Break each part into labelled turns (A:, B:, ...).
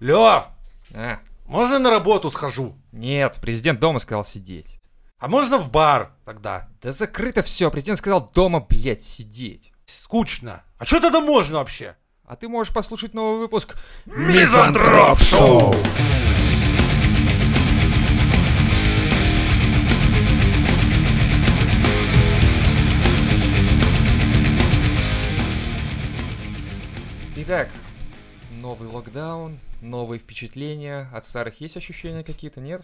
A: Лев,
B: А,
A: можно на работу схожу?
B: нет, президент дома сказал сидеть.
A: А можно в бар тогда?
B: Да закрыто все, президент сказал дома, блядь, сидеть.
A: Скучно. А что тогда можно вообще?
B: А ты можешь послушать новый выпуск
A: Мизантроп Шоу!
B: Итак, новый локдаун, новые впечатления. От старых есть ощущения какие-то, нет?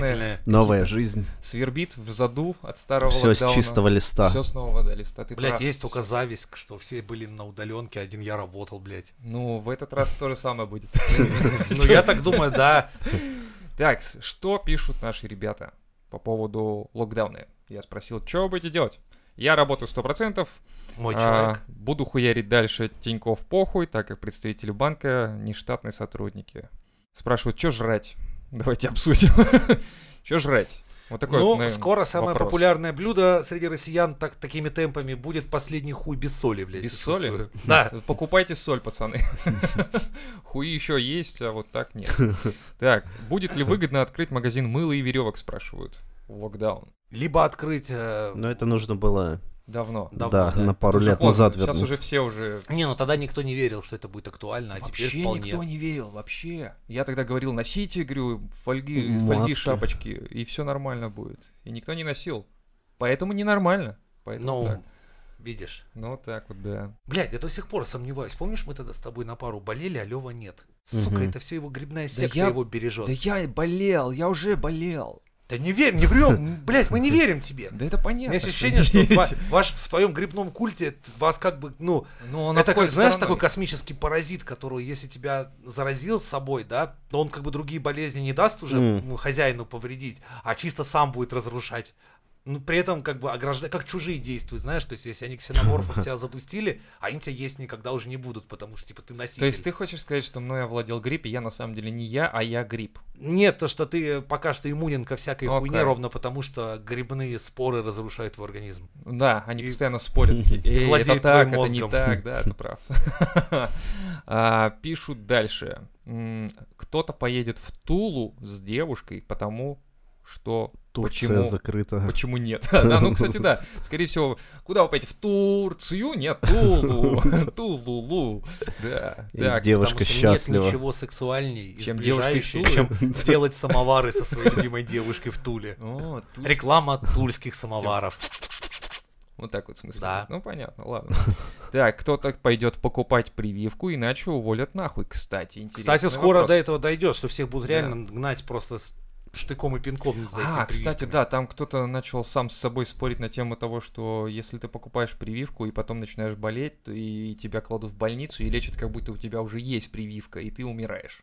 A: Положительное.
C: Новая жизнь.
B: свербит в заду от старого
C: Все с
B: Типа, локдауна.
C: чистого листа.
B: Все снова, да, листа. Ты
A: Блять,
B: прав.
A: есть только зависть, что все были на удаленке, один я работал, блять.
B: Ну, в этот раз то же самое будет.
A: Ну я так думаю, да.
B: Так, с- что пишут наши ребята по поводу локдауна? Я спросил, что вы будете делать? Я работаю 100%,
A: Мой
B: а,
A: человек.
B: буду хуярить дальше Тиньков похуй, так как представители банка нештатные сотрудники. Спрашивают, что жрать? Давайте обсудим. Что жрать? Вот такой,
A: Ну,
B: наверное,
A: скоро самое
B: вопрос.
A: популярное блюдо среди россиян так, такими темпами будет последний хуй без соли, блядь.
B: Без
A: я
B: соли?
A: чувствую. Да.
B: Покупайте соль, пацаны. Хуи еще есть, а вот так нет. Так, будет ли выгодно открыть магазин мыла и веревок, спрашивают. В локдаун.
A: Либо открыть... э,
C: Но это нужно было,
B: Давно.
A: давно,
C: да, на пару лет назад
B: Сейчас
C: вернуться.
B: уже все уже...
A: Не, ну тогда никто не верил, что это будет актуально, а теперь
B: Вообще
A: вполне.
B: никто не верил, вообще. Я тогда говорил, носите, говорю, фольги, из фольги
C: Маски.
B: шапочки, и все нормально будет. И никто не носил. Поэтому ненормально. Поэтому
A: Ну,
B: так.
A: видишь.
B: Ну, так вот, да.
A: Блядь, я до сих пор сомневаюсь. Помнишь, мы тогда с тобой на пару болели, а Лева нет? Сука,
C: Мгм.
A: это все его грибная секта
B: я-
A: его бережет.
B: Да
A: Да,
B: я и болел, я уже болел.
A: не верь, не врем, блядь, мы не верим тебе.
B: Да это
A: У
B: понятно.
A: меня есть ощущение, что
B: верите.
A: ва- ваш, в твоем грибном культе вас как бы, ну,
B: Ну, он
A: это как,
B: обходит
A: знаешь,
B: стороной.
A: такой космический паразит, который, если тебя заразил с собой, да, то он как бы другие болезни не даст уже
C: Мгм.
A: ну, хозяину повредить, а чисто сам будет разрушать. Ну, при этом как бы ограждать, как чужие действуют, знаешь, то есть если они ксеноморфов тебя запустили, а они тебя есть никогда уже не будут, потому что, типа, ты носитель.
B: То есть ты хочешь сказать, что мной овладел грипп, и я на самом деле не я, а я грипп.
A: Нет, то, что ты пока что иммунен ко всякой
B: Окей.
A: хуйне, ровно потому что грибные споры разрушают твой организм.
B: Да, они
A: И-
B: постоянно спорят. такие, «Эй, это
A: владеет
B: так,
A: твоим
B: это не
A: мозгом».
B: так, да, ты прав. А, Пишут дальше. М, Кто-то поедет в Тулу с девушкой, потому что...
C: Турция
B: почему?
C: закрыта.
B: Почему нет? Да, ну, кстати, да. Скорее всего, куда вы поедете? В Турцию? Нет, Тулу. Тулулу. Да.
C: И
B: Так,
C: девушка
A: потому что
C: счастлива.
A: Нет ничего сексуальней и
B: Чем девушка из
A: сближающей, чем делать самовары со своей любимой девушкой в Туле.
B: о, Турция.
A: Реклама тульских самоваров.
B: Вот так вот в смысле.
A: Да.
B: Ну понятно, ладно. Так, кто-то пойдет покупать прививку, иначе уволят нахуй. Кстати, интересно.
A: Кстати, скоро до этого дойдет, что всех будут реально гнать просто с штыком и пинком за этим
B: А, кстати, да, там кто-то начал сам с собой спорить на тему того, что если ты покупаешь прививку и потом начинаешь болеть, то и тебя кладут в больницу и лечат, как будто у тебя уже есть прививка, и ты умираешь.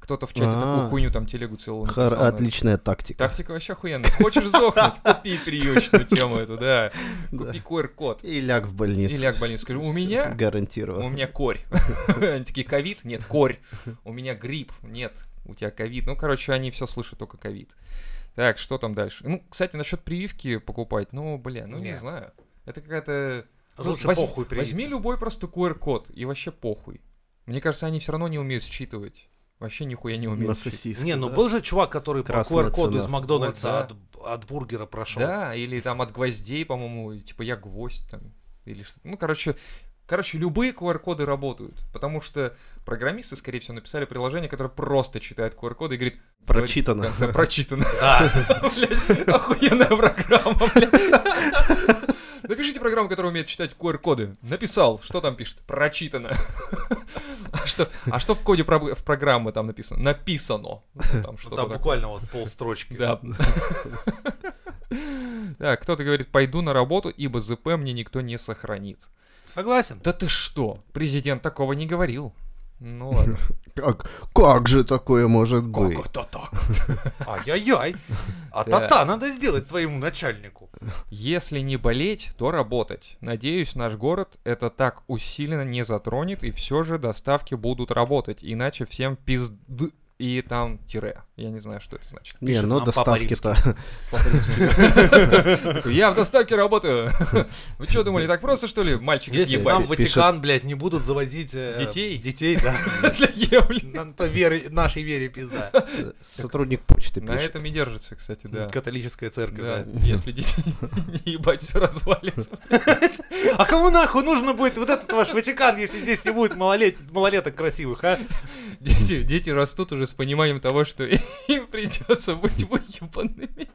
B: Кто-то в чате такую
C: А.
B: хуйню там телегу целую
C: Хар-
B: написал. на эту
C: Отличная тактика.
B: Тактика вообще охуенная. Хочешь сдохнуть? Купи прививочную тему эту, да. Купи QR-код.
C: И ляг в
B: И
C: больницу.
B: ляг в больницу. Скажи, у
C: Всё,
B: меня У
A: типа.
C: Гарантированно.
B: меня корь. Они такие, ковид? Нет, корь. У меня грипп? Нет, у тебя ковид. Ну, короче, они все слышат, только ковид. Так, что там дальше? Ну, кстати, насчет прививки покупать, ну, бля, ну не
A: Не.
B: знаю. Это какая-то... ну,
A: Лучше
B: возьми-
A: похуй
B: Возьми любой просто QR-код и вообще похуй. Мне кажется, они все равно не умеют считывать. Вообще нихуя не умеют
C: На
B: считывать.
C: сосиске.
A: Не, ну
C: да?
A: был же чувак, который по
C: Красная
A: QR-коду
C: цена.
A: из Макдональдса
B: Вот,
A: от, от бургера прошел.
B: Да, или там от гвоздей, по-моему, и типа я гвоздь там, или что Ну, короче, короче, любые QR-коды работают, потому что программисты, скорее всего, написали приложение, которое просто читает QR-коды и говорит... говорит
C: Прочитано.
B: в конце, прочитано.
A: Да.
B: Блядь, охуенная программа, блядь. Напишите программу, которая умеет читать QR-коды. Написал. Что там пишет? Прочитано. А что, а что в коде про- в программы там написано? Написано. Ну, Там
A: Ну,
B: что-то
A: Там
B: такое.
A: буквально вот полстрочки.
B: Да. Да, кто-то говорит, пойду на работу, ибо ЗП мне никто не сохранит.
A: Согласен?
B: Да ты что? Президент такого не говорил. Ну ладно.
C: Как, как же такое может быть?
B: Как это так?
A: Ай-яй-яй. А
B: Да.
A: та-та надо сделать твоему начальнику.
B: Если не болеть, то работать. Надеюсь, наш город это так усиленно не затронет, и все же доставки будут работать, иначе всем пизд... И там тире. Я не знаю, что это значит.
C: Не,
A: Пишет
C: ну
A: нам Папа
C: доставки-то.
B: По-римски. Я в доставке работаю. Вы что думали, так просто, что ли, мальчик
A: Если нам
B: ебать?
A: в Ватикан, блядь, не будут завозить... э,
B: Детей?
A: Детей, да.
B: Для Евли.
A: На- то вере- Нашей вере пизда.
C: Сотрудник почты
B: На
C: пишет.
B: этом и держится, кстати, да.
A: Католическая церковь,
B: Да,
A: да.
B: если детей не ебать, все развалится.
A: А кому нахуй нужно будет вот этот ваш Ватикан, если здесь не будет малолет- малолеток красивых, а?
B: Дети, дети растут уже с пониманием того, что им придется быть выебанными.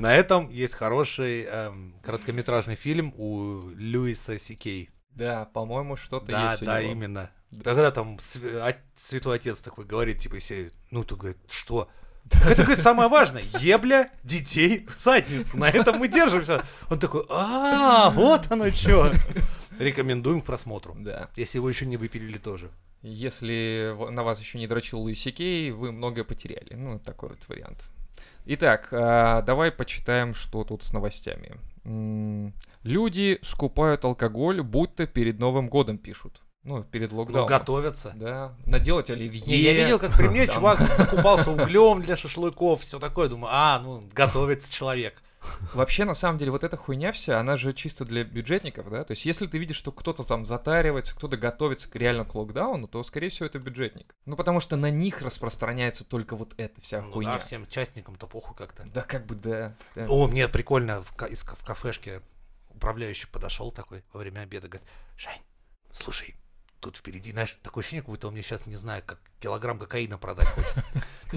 A: На этом есть хороший эм, короткометражный фильм у Льюиса Сикей.
B: Да, по-моему, что-то
A: Да,
B: есть у
A: да,
B: него.
A: именно. Тогда там св- а- святой отец такой говорит, типа, из серии, ну, ты, говорит, что? Так это, говорит, самое важное. Ебля, детей, задниц. На этом мы держимся. Он такой, а вот оно что. Рекомендуем к просмотру.
B: Да.
A: Если его еще не выпилили тоже.
B: Если в- на вас еще не дрочил Луи Сикей, вы многое потеряли. Ну, такой вот вариант. Итак, а, давай почитаем, что тут с новостями. М, Люди скупают алкоголь, будто перед Новым годом пишут. Ну, перед
A: Ну,
B: локдауном.
A: готовятся.
B: Да, наделать оливье.
A: Не, я видел, как при мне
B: Там.
A: чувак закупался углем для шашлыков, все такое. Думаю, а, ну, готовится человек.
B: Вообще, на самом деле, вот эта хуйня вся, она же чисто для бюджетников, да? То есть, если ты видишь, что кто-то там затаривается, кто-то готовится к- реально к локдауну, то, скорее всего, это бюджетник. Ну, потому что на них распространяется только вот эта вся
A: Ну
B: хуйня.
A: да, всем частникам-то похуй как-то.
B: Да как бы да. да.
A: О, мне прикольно, в, ка- из ка- в кафешке управляющий подошел такой во время обеда, говорит, Жень, слушай, тут впереди, знаешь, такое ощущение, как будто он мне сейчас, не знаю, как килограмм кокаина продать хочет.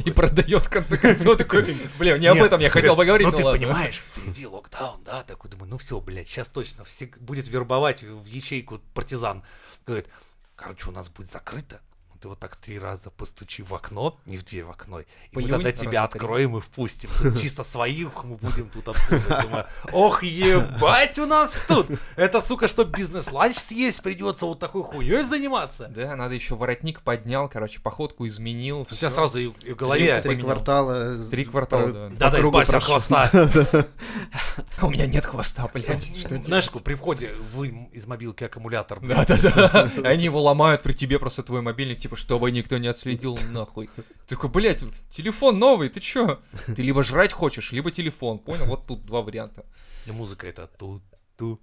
B: И продает в конце концов такой, бля, не об
A: Нет,
B: этом я хотел поговорить,
A: Ну,
B: ну
A: ты
B: ладно.
A: понимаешь, впереди локдаун, да, такой, думаю, ну все, блядь, сейчас точно все будет вербовать в ячейку партизан. Говорит, короче, у нас будет закрыто, Ну, ты вот так три раза постучи в окно, не в дверь в окно, и
B: Плюнь
A: мы тогда
B: раза
A: тебя
B: три.
A: откроем и впустим. Тут Чисто своих мы будем тут обслуживать. Думаю, ох, ебать у нас тут! Это, сука, что бизнес-ланч съесть, придется вот такой хуйней заниматься.
B: Да, надо еще воротник поднял, короче, походку изменил.
A: У тебя
B: всё.
A: сразу и и в
B: Зимку
A: голове...
B: ты-
C: Три
B: поменял.
C: квартала. с-
B: Три квартала,
C: по-
B: да.
A: Да-да,
C: кругу
A: избавься от
C: прошел.
A: хвоста.
B: У меня нет хвоста, блядь. Что
A: Знаешь,
B: делать?
A: при входе вынь из мобилки аккумулятор.
B: Да-да-да. Они его ломают при тебе просто твой мобильник, типа, чтобы никто не отследил, нахуй. Ты такой, блядь, телефон новый, ты чё? Ты либо жрать хочешь, либо телефон, понял? Вот тут два варианта.
A: И музыка это ту-ту-ту,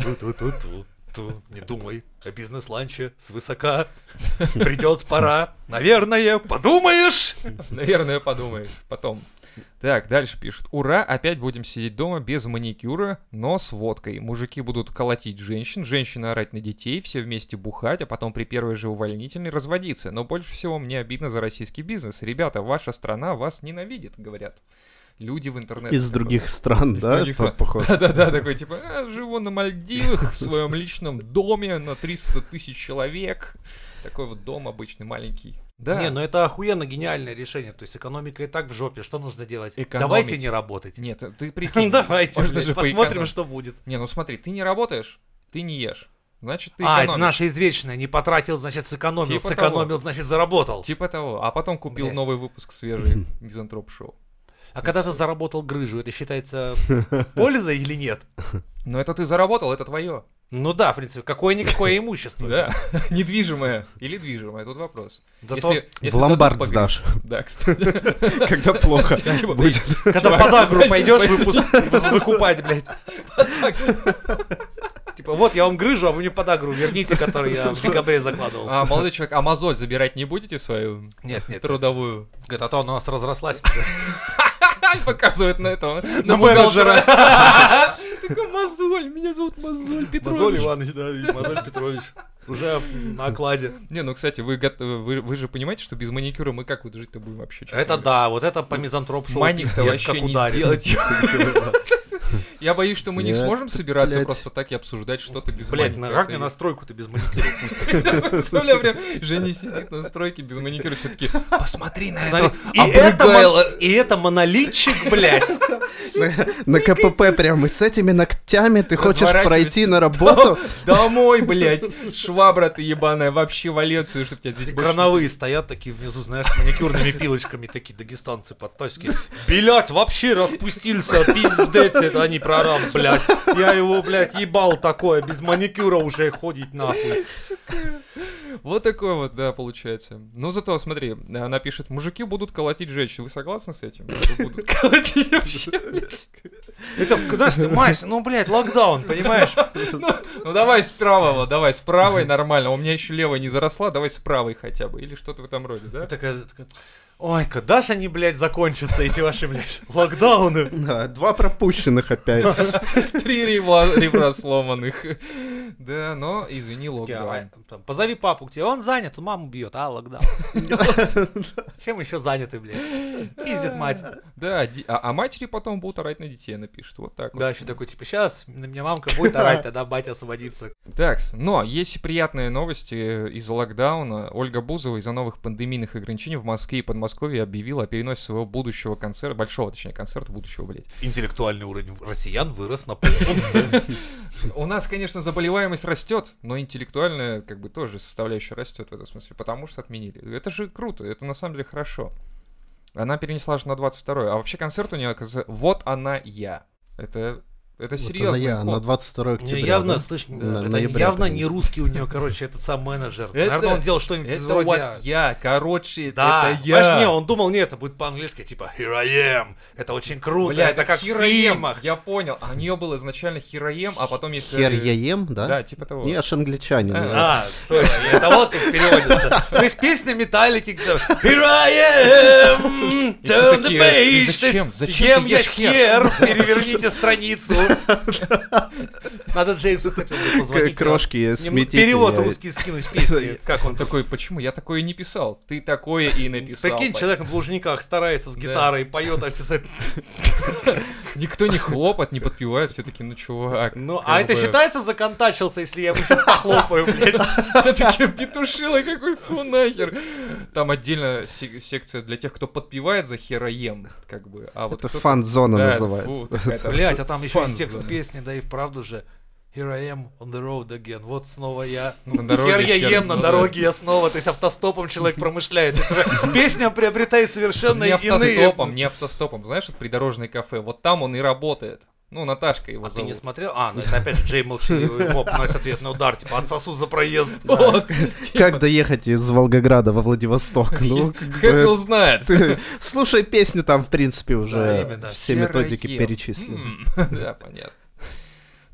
A: ту-ту-ту-ту. ту. Не думай о бизнес-ланче свысока. Придет пора. Наверное, подумаешь.
B: Наверное, подумаешь потом. Так, дальше пишут. Ура, опять будем сидеть дома без маникюра, но с водкой. Мужики будут колотить женщин, женщины орать на детей, все вместе бухать, а потом при первой же увольнительной разводиться. Но больше всего мне обидно за российский бизнес. Ребята, ваша страна вас ненавидит, говорят. Люди в интернете.
C: Из
B: такое.
C: других стран,
B: Из
C: да?
B: других
C: по-
B: стран.
C: походу?
B: Да-да-да, такой типа, «А, живу на Мальдивах в своем личном доме на 300 тысяч человек. Такой вот дом обычный, маленький. Да.
A: Не, ну это охуенно гениальное решение. То есть экономика и так в жопе. Что нужно делать?
B: Экономить.
A: Давайте не работать.
B: Нет, ты прикинь.
A: Давайте,
B: Можно
A: блядь,
B: же
A: посмотрим,
B: поэкономить.
A: что будет.
B: Не, ну смотри, ты не работаешь, ты не ешь. Значит, ты
A: а, это
B: экономишь.
A: наше извечное. Не потратил, значит, сэкономил.
B: Типа
A: сэкономил, значит, заработал.
B: Типа того. А потом купил
A: Блядь.
B: новый выпуск свежий Мизантроп Шоу.
A: А когда ты заработал грыжу, это считается пользой или нет?
B: Но это ты заработал, это твое.
A: Ну да, в принципе, какое-никакое имущество.
B: Да. Недвижимое. Или движимое, тут вопрос.
A: Зато
C: В
B: дадут
C: ломбард
B: погреть-
C: сдашь,
B: Да, кстати.
C: когда плохо
B: Типа,
C: будет.
A: Когда
B: Чувак,
A: подагру
B: пойди-
A: пойдешь
B: пойди.
A: выпуск- вы- выкупать, блядь.
B: так.
A: Типа, вот я вам грыжу, а вы мне подагру верните, который я в декабре закладывал.
B: А, молодой человек, а мозоль забирать не будете свою
A: Нет, нет.
B: трудовую?
A: Говорит, а то она у нас разрослась.
B: Ай, показывает на этого.
A: На менеджера.
B: Такой мозоль, меня зовут мозоль Петрович.
A: Иванович, да, и Мозоль Петрович. Уже на окладе.
B: Не, ну, кстати, вы, гот- вы, вы же понимаете, что без маникюра мы как вот жить-то будем вообще? честно
A: Это
B: говоря?
A: да, вот это по мизантроп шоу.
B: Маник-то
A: пиздец,
B: вообще
A: как
B: не
A: ударит.
B: сделать. Я боюсь, что мы не
C: Нет,
B: сможем собираться
C: блядь.
B: просто так и обсуждать что-то без
A: Блять,
B: маникюра.
A: как
B: Это
A: мне
B: и-
A: на стройку ты без маникюра?
B: Представляю, прям Женя сидит на стройке без маникюра, все таки посмотри на это
A: И это,
B: обрыгайло».
A: мон- и это монолитчик, блядь.
C: На КПП прям, и с этими ногтями ты хочешь
B: Разворачивайся.
C: пройти на работу?
B: Домой, блядь, швабра ты ебаная, вообще в Алецию, чтобы тебя здесь больше...
A: Крановые стоят такие внизу, знаешь, с маникюрными пилочками, такие дагестанцы под тачки. Блять, вообще распустился, пиздец, это они прораб, блядь. Я его, блядь, ебал такое, без маникюра уже ходить нахуй.
B: Вот такой вот, да, получается. Но зато, смотри, она пишет, мужики будут колотить женщин. Вы согласны с этим? Что Будут колотить вообще, блядь?
A: Это, знаешь, ты, Мась, ну, блядь, локдаун, понимаешь?
B: Ну давай с правого, давай с правой, нормально. У меня еще левая не заросла, давай с правой хотя бы. Или что-то в этом роде, да?
A: Такая, такая, Ой, когда же они, блядь, закончатся, эти ваши, блядь, локдауны?
C: Да, два пропущенных опять.
B: Три ребра, ребра сломанных. Да, но извини, локдаун.
A: Я, а, там, Позови папу к тебе, он занят, он маму бьет, а, локдаун. Чем еще заняты, блядь? Пиздит мать.
B: Да, ди- а, а матери потом будут орать на детей, напишет. Вот так
A: Да, еще такой, типа, сейчас на меня мамка будет орать, тогда батя освободится.
B: Так, но есть и приятные новости из локдауна. Ольга Бузова из-за новых пандемийных ограничений в Москве и Подмосковье объявила о переносе своего будущего концерта, большого, точнее, концерта будущего, блядь.
A: Интеллектуальный уровень россиян вырос на полпункта.
B: У нас, конечно, заболеваемость растет, но интеллектуальная, как бы, тоже составляющая растет в этом смысле, потому что отменили. Это же круто, это на самом деле хорошо. Она перенесла же на 22 А вообще концерт у нее оказывается «Вот она я». Это, это
C: Вот
B: серьезно.
C: она я, на 22
A: Мне
C: октября.
A: явно,
C: типа, да?
A: слышь, э,
C: На-
A: это
C: ноября
A: явно не
C: принесли.
A: русский у нее, короче, этот сам менеджер.
B: Это-
A: Наверное, он делал что-нибудь из
B: Это
A: вроде...
B: вот я, короче,
A: Да,
B: это я.
A: понимаешь, не, он думал, не, это будет по-английски, типа, here I am, это очень круто,
B: Бля,
A: это как в
B: Хироем,
A: фильмах.
B: Я понял. А у нее был изначально Хироем, а потом есть...
C: Хер я ем, да?
B: Да, типа того.
C: Не, аж англичанин.
B: А,
C: да.
A: А, точно, это вот как переводится. То есть песня Металлики, где Here I am,
B: И все
A: turn the
B: такие,
A: page.
B: «Ты зачем?
A: то есть,
B: Зачем
A: Ем
B: ты
A: я
B: ешь хер?»
A: хер, переверните страницу. Надо Джеймсу хотел бы
C: К-
A: позвонить.
C: Крошки
A: Нем-
C: сметите.
A: Перевод
C: я-
A: русский скинуть песни. Как он
B: Он такой, почему? Я такое не писал. Ты такое и написал.
A: Прикинь,
B: блядь.
A: человек в лужниках старается с
B: Да.
A: гитарой, поет, а все с этой-
B: Никто не хлопает, не подпевает, все таки ну чувак.
A: Ну,
B: как
A: а это
B: бы,
A: считается законтачился, если я ему сейчас похлопаю, блядь?
B: Все-таки петушила, какой фу нахер. Там отдельно се- секция для тех, кто подпевает за хероем, как бы. А вот
C: Это
B: кто-
C: фан-зона
B: Да,
C: называется.
B: фу, какая-то
A: Блять, а там еще и
B: фан-зона.
A: текст песни, да и вправду же. Here I am on the road again. Вот снова я.
B: На дороге
A: Хер я
B: хер,
A: ем на
B: ну да.
A: дороге, я снова. То есть автостопом человек промышляет. То есть уже Песня приобретает совершенно
B: Не
A: иные...
B: автостопом, не автостопом. Знаешь, это придорожное кафе. Вот там он и работает. Ну, Наташка его
A: А ты не
B: зовут.
A: смотрел? А, ну это опять же Джей молчаливый моб носит ответный удар, типа отсосу за проезд.
B: Вот,
C: Как доехать из Волгограда во Владивосток? Ну, как бы,
B: хотел знать.
C: ты слушай песню, там, в принципе,
A: Да,
C: уже
A: именно.
C: все
B: Хер
C: методики
B: ем.
C: перечислены.
B: М, Да, понятно.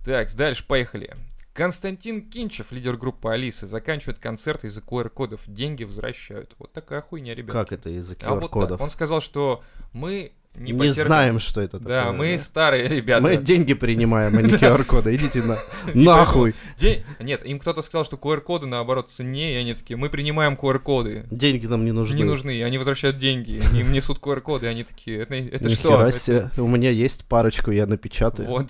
B: Так, дальше поехали. Константин Кинчев, лидер группы Алисы, заканчивает концерт из-за QR-кодов. Деньги возвращают. Вот такая хуйня, ребят.
C: Как это из
B: А вот так.
C: QR-кодов?
B: Он сказал, что мы не,
C: Не,
B: потерпим-
C: знаем, что это такое.
B: Да, мы старые ребята.
C: Мы деньги принимаем, а не QR-коды. Идите на... нахуй.
B: Де- Нет, им кто-то сказал, что QR-коды наоборот ценнее, и они такие, мы принимаем QR-коды.
C: Деньги нам не нужны.
B: Не нужны, и они возвращают деньги, им несут QR-коды, и они такие, это, это что?
C: Нихера себе. У меня есть парочку, я напечатаю.
B: Вот.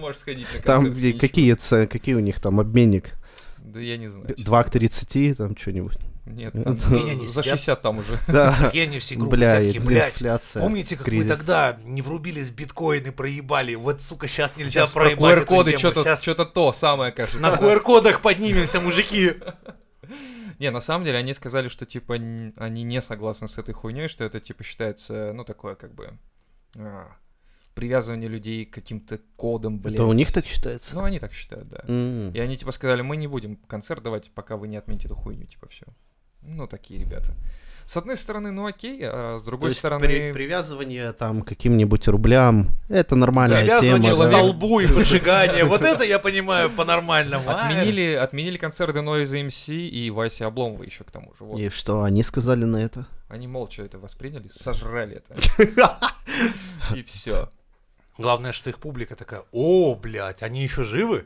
B: Можешь сходить на концерт.
C: Там
B: ничего.
C: какие, ц- какие у них там обменник?
B: Да я не знаю. честно.
C: 2 к 30, там что-нибудь.
B: Нет, там
C: Не,
A: не, не,
B: за за
A: сидят.
B: 60 там уже.
C: Да.
A: Гений все группы,
C: Бля,
A: все-таки,
C: это
A: блядь.
C: инфляция.
A: Помните, как
C: кризис.
A: мы тогда не врубились в биткоины, проебали? Вот, сука, сейчас нельзя
B: Сейчас про
A: проебать эту
B: QR-коды
A: тему.
B: что-то
A: Щас
B: что-то то самое, кажется.
A: на QR-кодах поднимемся, мужики.
B: Не, на самом деле они сказали, что типа н- они не согласны с этой хуйней, что это типа считается, ну, такое как бы а, привязывание людей к каким-то кодам, блядь.
C: Это у них так считается?
B: Ну, они так считают, да.
C: М.
B: И они типа сказали, мы не будем концерт давать, пока вы не отмените эту хуйню, типа все. Ну, такие ребята. С одной стороны, ну окей, а с
C: То
B: другой
C: есть
B: стороны...
C: при- привязывание там к каким-нибудь рублям, это нормальная
A: Привязывание
C: тема.
A: к
C: да.
A: столбу и поджигание. Вот это я понимаю по-нормальному. а?
B: Отменили, отменили концерты Noise MC и Васи Обломова еще к тому же. Вот.
C: И что они сказали на это?
B: Они молча это восприняли, сожрали это. И все.
A: Главное, что их публика такая, о, блядь, они еще живы?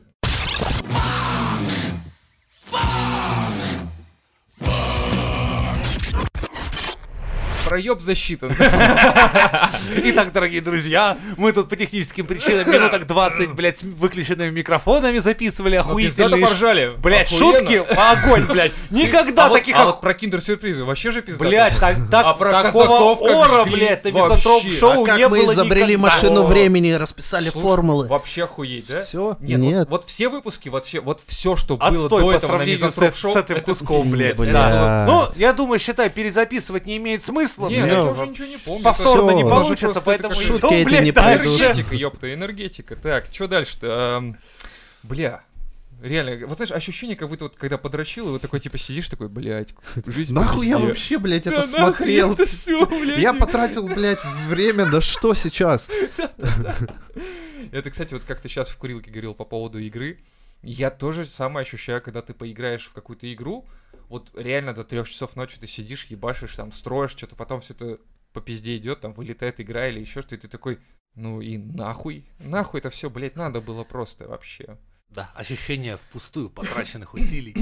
B: Проеб засчитан.
A: Итак, дорогие друзья, мы тут по техническим причинам минуток 20, блядь, с выключенными микрофонами записывали
B: Но пиздато
A: охуительные... ш-
B: поржали.
A: Блядь,
B: Охуенно.
A: шутки, огонь, блядь.
B: а
A: Никогда
B: вот-
A: таких...
B: А
A: ох-
B: вот про киндер-сюрпризы вообще же пиздато.
A: Блядь, так, так,
B: А про
A: такого
B: казаков как
A: ора,
B: жгли
A: блядь, на
B: вообще.
A: мизантроп-шоу
C: а как
A: Ну, не
C: мы
A: было
C: изобрели
A: никогда.
C: машину
A: О.
C: времени, расписали
B: Слушай,
C: формулы?
B: Вообще охуеть, да?
C: Всё?
B: Нет.
C: Нет.
B: Вот, вот все выпуски, вообще, вот все, что было
A: Отстой
B: до
A: по
B: этого на
A: сравнению с, э-
B: Мизантроп
A: с
B: Шоу,
A: этим
B: это
A: куском, блядь.
C: пиздец,
A: да.
C: блядь.
A: Ну, я думаю, считай, перезаписывать не имеет смысла.
B: Нет,
A: блядь.
B: я
C: Ну,
B: уже ничего не помню.
A: Повторно
C: Всё.
A: не
C: Даже
A: получится,
B: просто
A: поэтому
B: это
A: идём,
C: шутки эти
A: блядь,
C: не
A: дальше.
C: пойдут.
B: Энергетика, ёпта, энергетика. Так, что дальше-то? Эм, Бля, Реально, вот знаешь, ощущение, как будто вот когда подрочил, и вот такой типа сидишь такой, блядь, жизнь по
C: Нахуй я
B: пизде».
C: вообще, блядь,
B: Да
C: это
B: нахрен
C: смотрел?
B: это всё, блядь.
C: Я потратил, блядь, время, да что сейчас?
B: Это, кстати, вот как ты сейчас в курилке говорил по поводу игры. Я тоже самое ощущаю, когда ты поиграешь в какую-то игру, вот реально до трех часов ночи ты сидишь, ебашишь, там строишь что-то, потом все это по пизде идет, там вылетает игра или еще что, и ты такой, ну и нахуй, нахуй это все, блядь, надо было просто вообще.
A: Да, ощущение впустую потраченных усилий.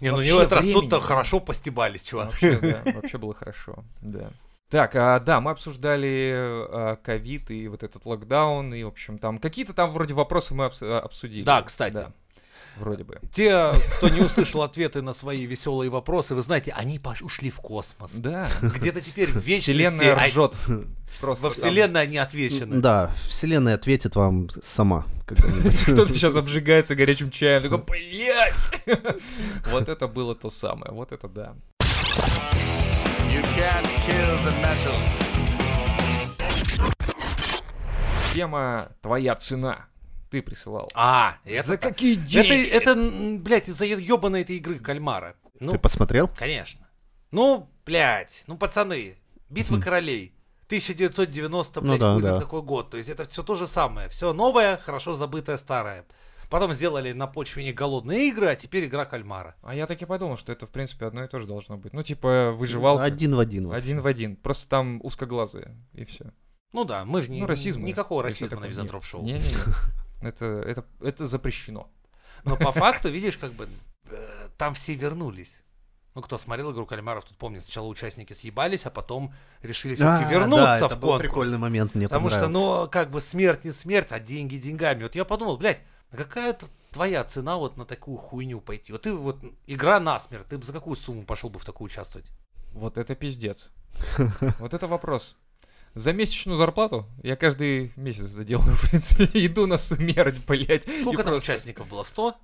A: Не, ну не
B: Вообще
A: в этот раз
B: времени. Ну.
A: тут-то хорошо постебались, чувак.
B: Вообще, да, вообще было хорошо, да. Так, а, да, мы обсуждали а, ковид и вот этот локдаун, и, в общем, там какие-то там вроде вопросы мы обс- а, обсудили.
A: Да, кстати.
B: Да, вроде бы.
A: Те, кто не услышал ответы на свои веселые вопросы, вы знаете, они пош- ушли в космос.
B: Да,
A: Где-то теперь в вечности,
B: вселенная
A: а
B: ржет. Просто
A: во
B: там.
A: вселенной они отвечены.
C: Да, вселенная ответит вам сама когда-нибудь.
B: Кто-то сейчас обжигается горячим чаем, такой, блядь! Вот это было то самое, вот это да.
D: You can't kill the metal.
B: Тема «Твоя цена». Ты присылал.
A: А, это
B: За
A: так.
B: какие
A: Это,
B: деньги?
A: это, м, блядь, из-за ебаной этой игры кальмара. Ну,
C: Ты посмотрел?
A: конечно. Ну, блядь, ну, пацаны, битва королей. 1990,
C: Хм. Ну
A: блядь,
C: да,
A: хуй знает
C: да.
A: какой год. То есть это все то же самое. Все новое, хорошо забытое старое. Потом сделали на почве не голодные игры, а теперь игра кальмара.
B: А я так и подумал, что это, в принципе, одно и то же должно быть. Ну, типа, выживалка.
C: Один Ну, в один. вообще.
B: Один в один. Просто там узкоглазые, и все.
A: Ну да, мы же не,
B: Ну, расизм.
A: никакого расизма на
C: Ну.
A: Византроп-шоу.
B: Не-не-не. Это, это, это запрещено.
A: Но по факту, видишь, как бы э, там все вернулись. Ну, кто смотрел игру кальмаров, тут помнит, сначала участники съебались, а потом решили все-таки
C: А,
A: вернуться
C: да,
A: в
C: это был
A: конкурс.
C: прикольный момент, мне
A: Потому что,
C: понравился.
A: ну, как бы смерть не смерть, а деньги деньгами. Вот я подумал, блядь, а какая т- твоя цена вот на такую хуйню пойти? Вот ты вот, игра на смерть, ты бы за какую сумму пошел бы в такую участвовать?
B: Вот это пиздец. Вот это вопрос. За месячную зарплату я каждый месяц это делаю, в принципе. Иду на сумерть, блять.
A: Сколько там участников было? 100?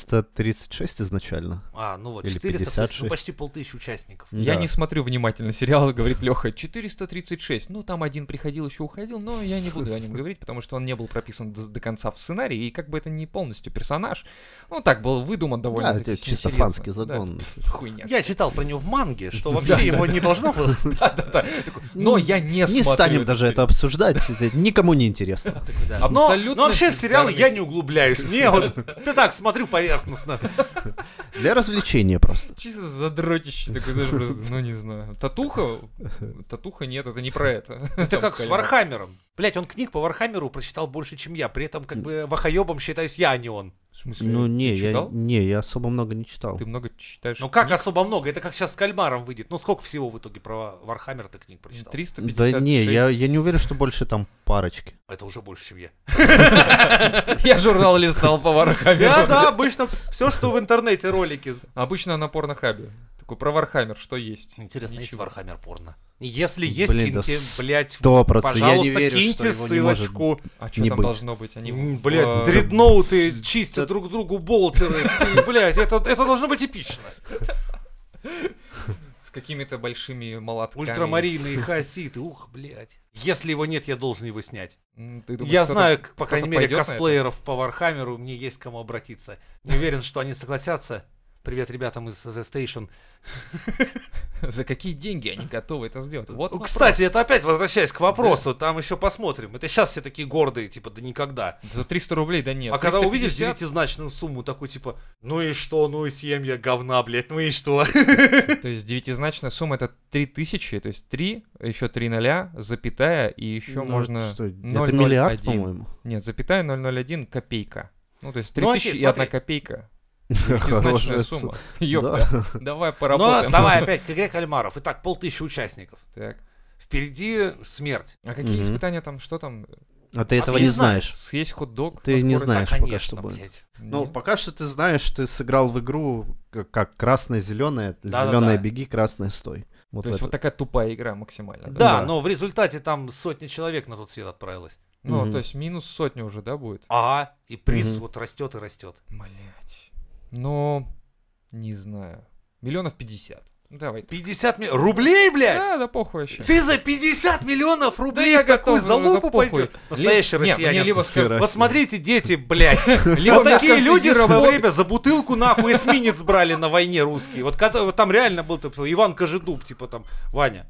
C: 436 изначально.
A: А, ну вот,
C: Или
A: 400, то есть, ну
C: 56.
A: почти полтысячи участников.
B: Я
C: Да.
B: не смотрю внимательно сериалы, говорит Леха. 436. Ну, там один приходил, еще уходил, но я не буду о нем говорить, потому что он не был прописан до, до конца в сценарии, и как бы это не полностью персонаж. Ну, так, был выдуман довольно
C: это чисто фанский загон.
B: хуйня.
A: Я читал про него в манге, что вообще его не должно было
B: Да-да-да. Такой, Но я не
C: Не
B: смотрю
C: станем
B: этот
C: даже это
B: сериал».
C: обсуждать, это никому не интересно.
A: Но,
B: Абсолютно
A: но вообще в сериалы я
B: бездарность.
A: не углубляюсь. Не, вот ты так смотрю поверхностно.
C: Для развлечения просто.
B: Чисто задротище такой, знаешь, просто, ну не знаю. Татуха? Татуха нет, это не про это.
A: Это
B: Там
A: как с
B: кальян.
A: Вархаммером. Блять, он книг по Вархаммеру прочитал больше, чем я. При этом как бы вахаебом считаюсь я, а не он.
B: В смысле?
C: Ну не,
B: ты
C: я
B: читал?
C: не, я особо много не читал.
B: Ты много читаешь?
A: Ну как
B: книг?
A: особо много? Это как сейчас с Кальмаром выйдет. Ну сколько всего в итоге про Вархаммер ты книг прочитал?
B: 356.
C: Да не, я, я не уверен, что больше там парочки.
A: Это уже больше, чем я.
B: Я журнал листал по
A: Я,
B: Вархаммеру.
A: да, обычно все, что в интернете, ролики.
B: Обычно на порнохабе. Такой про Вархаммер, что есть?
A: Интересно, есть
B: Ничего.
A: Вархаммер порно? Если есть,
C: Блин, да
A: киньте,
C: с-
A: блядь,
C: Сто процентов. Я не
A: пожалуйста,
C: верю, что
A: киньте
C: его не может быть.
A: ссылочку.
B: А что
C: Не
B: там
C: быть.
B: должно быть? Они
A: М,
B: в-
A: Блядь,
B: в-
A: дредноуты
C: да-
A: чистят друг другу болтеры. И, Блядь, это, это должно быть эпично.
B: с какими-то большими молотками.
A: Ультрамарийные хаоситы, ух, блядь. Если его нет, я должен его снять.
B: М, ты думаешь,
A: я
B: кто-то-
A: знаю, к- по
B: кто-то
A: крайней мере,
B: пойдет на это?
A: косплееров по Вархаммеру, мне есть к кому обратиться. Не уверен, что они согласятся. Привет ребятам из The Station.
B: За какие деньги они готовы это сделать? Вот вопрос.
A: Ну, Кстати, это опять возвращаясь к вопросу, там еще посмотрим. Это сейчас все такие гордые, типа, да никогда.
B: За 300 рублей, да нет.
A: а когда увидишь
B: 350,
A: девятизначную сумму, такой типа, ну и что, ну и съем я говна, блядь, ну и что?
B: То есть девятизначная сумма это 3000, то есть 3, еще 3 ноля, запятая, и еще
C: Ну,
B: можно...
C: что, Это
B: 0,01.
C: миллиард, по-моему.
B: Нет, запятая 001 копейка. Ну, то есть
A: Ну, окей,
B: 3000 и 1
A: смотри.
B: копейка.
C: Хорошая
B: Девятизначная
C: сумма.
B: сумма. Ёпта. Давай поработаем.
A: Ну, давай опять к игре кальмаров. Итак, полтысячи участников.
B: Так.
A: Впереди смерть.
B: А какие
C: Мгм.
B: испытания там? Что там?
C: А ты
A: А
C: этого
A: ты
C: не
A: не
C: знаешь.
B: Съесть хот-дог?
C: Ты
B: на
C: не
B: скорой-
A: Да,
C: знаешь пока, что будет.
A: блядь.
C: Ну,
B: Нет.
C: пока что ты знаешь, ты сыграл в игру к- как красное, зеленое,
A: Да-да-да.
C: зеленое беги, красное стой. Вот
B: То есть
C: это.
B: вот такая тупая игра максимально. да?
A: Да,
C: Да.
A: но в результате там сотни человек на тот свет отправилось.
B: Ну,
C: Мгм.
B: то есть минус сотня уже, да, будет?
A: Ага, А, и приз
C: Мгм.
A: вот растет и растет.
B: Блять. Ну, не знаю. Миллионов пятьдесят. Давай.
A: 50 миллионов. Рублей, блядь!
B: Да, да похуй вообще.
A: Ты за 50 миллионов
B: Да
A: рублей
B: я
A: в какую
B: готов, ну, да
A: залупу
B: похуй.
A: пойдешь? Настоящий
B: Ле- не,
A: россиянин.
B: Мне либо скажут,
C: Хера.
A: Вот смотрите, дети, блядь.
B: Либо
A: Вот
B: мне
A: такие
B: скажут,
A: люди
B: иди
A: в свое
B: работай.
A: время за бутылку нахуй эсминец брали на войне русские. Вот когда- вот там реально был типа, Иван Кожедуб, типа там, Ваня,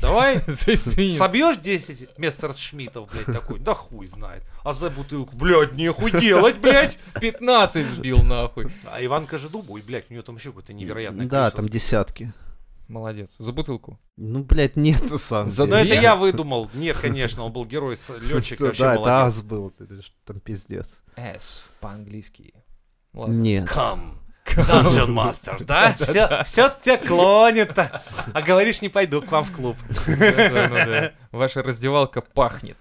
A: давай
B: за свинец.
A: собьешь 10 Мессершмиттов, блядь, такой, да хуй знает. А за бутылку, блядь, нехуй делать, блядь.
B: 15 сбил нахуй.
A: А Иван Кожедуб, ой, блядь, у него там еще какое-то невероятное
C: Да,
A: количество
C: там десятки.
B: Молодец. За бутылку.
C: Ну, блядь, нет, на самом
B: За
A: Но
C: деле.
A: Ну, это
B: Две?
A: я выдумал. Нет, конечно, он был герой, с- летчик вообще
C: Да, это
A: молодец.
C: ас был, это ж там пиздец.
B: S по-английски. Ладно. ну
C: Нет.
A: Come, Dungeon Master, да? Все, все тебя клонит-то. А говоришь, не пойду к вам в клуб.
B: Да, да, да. Ваша раздевалка пахнет.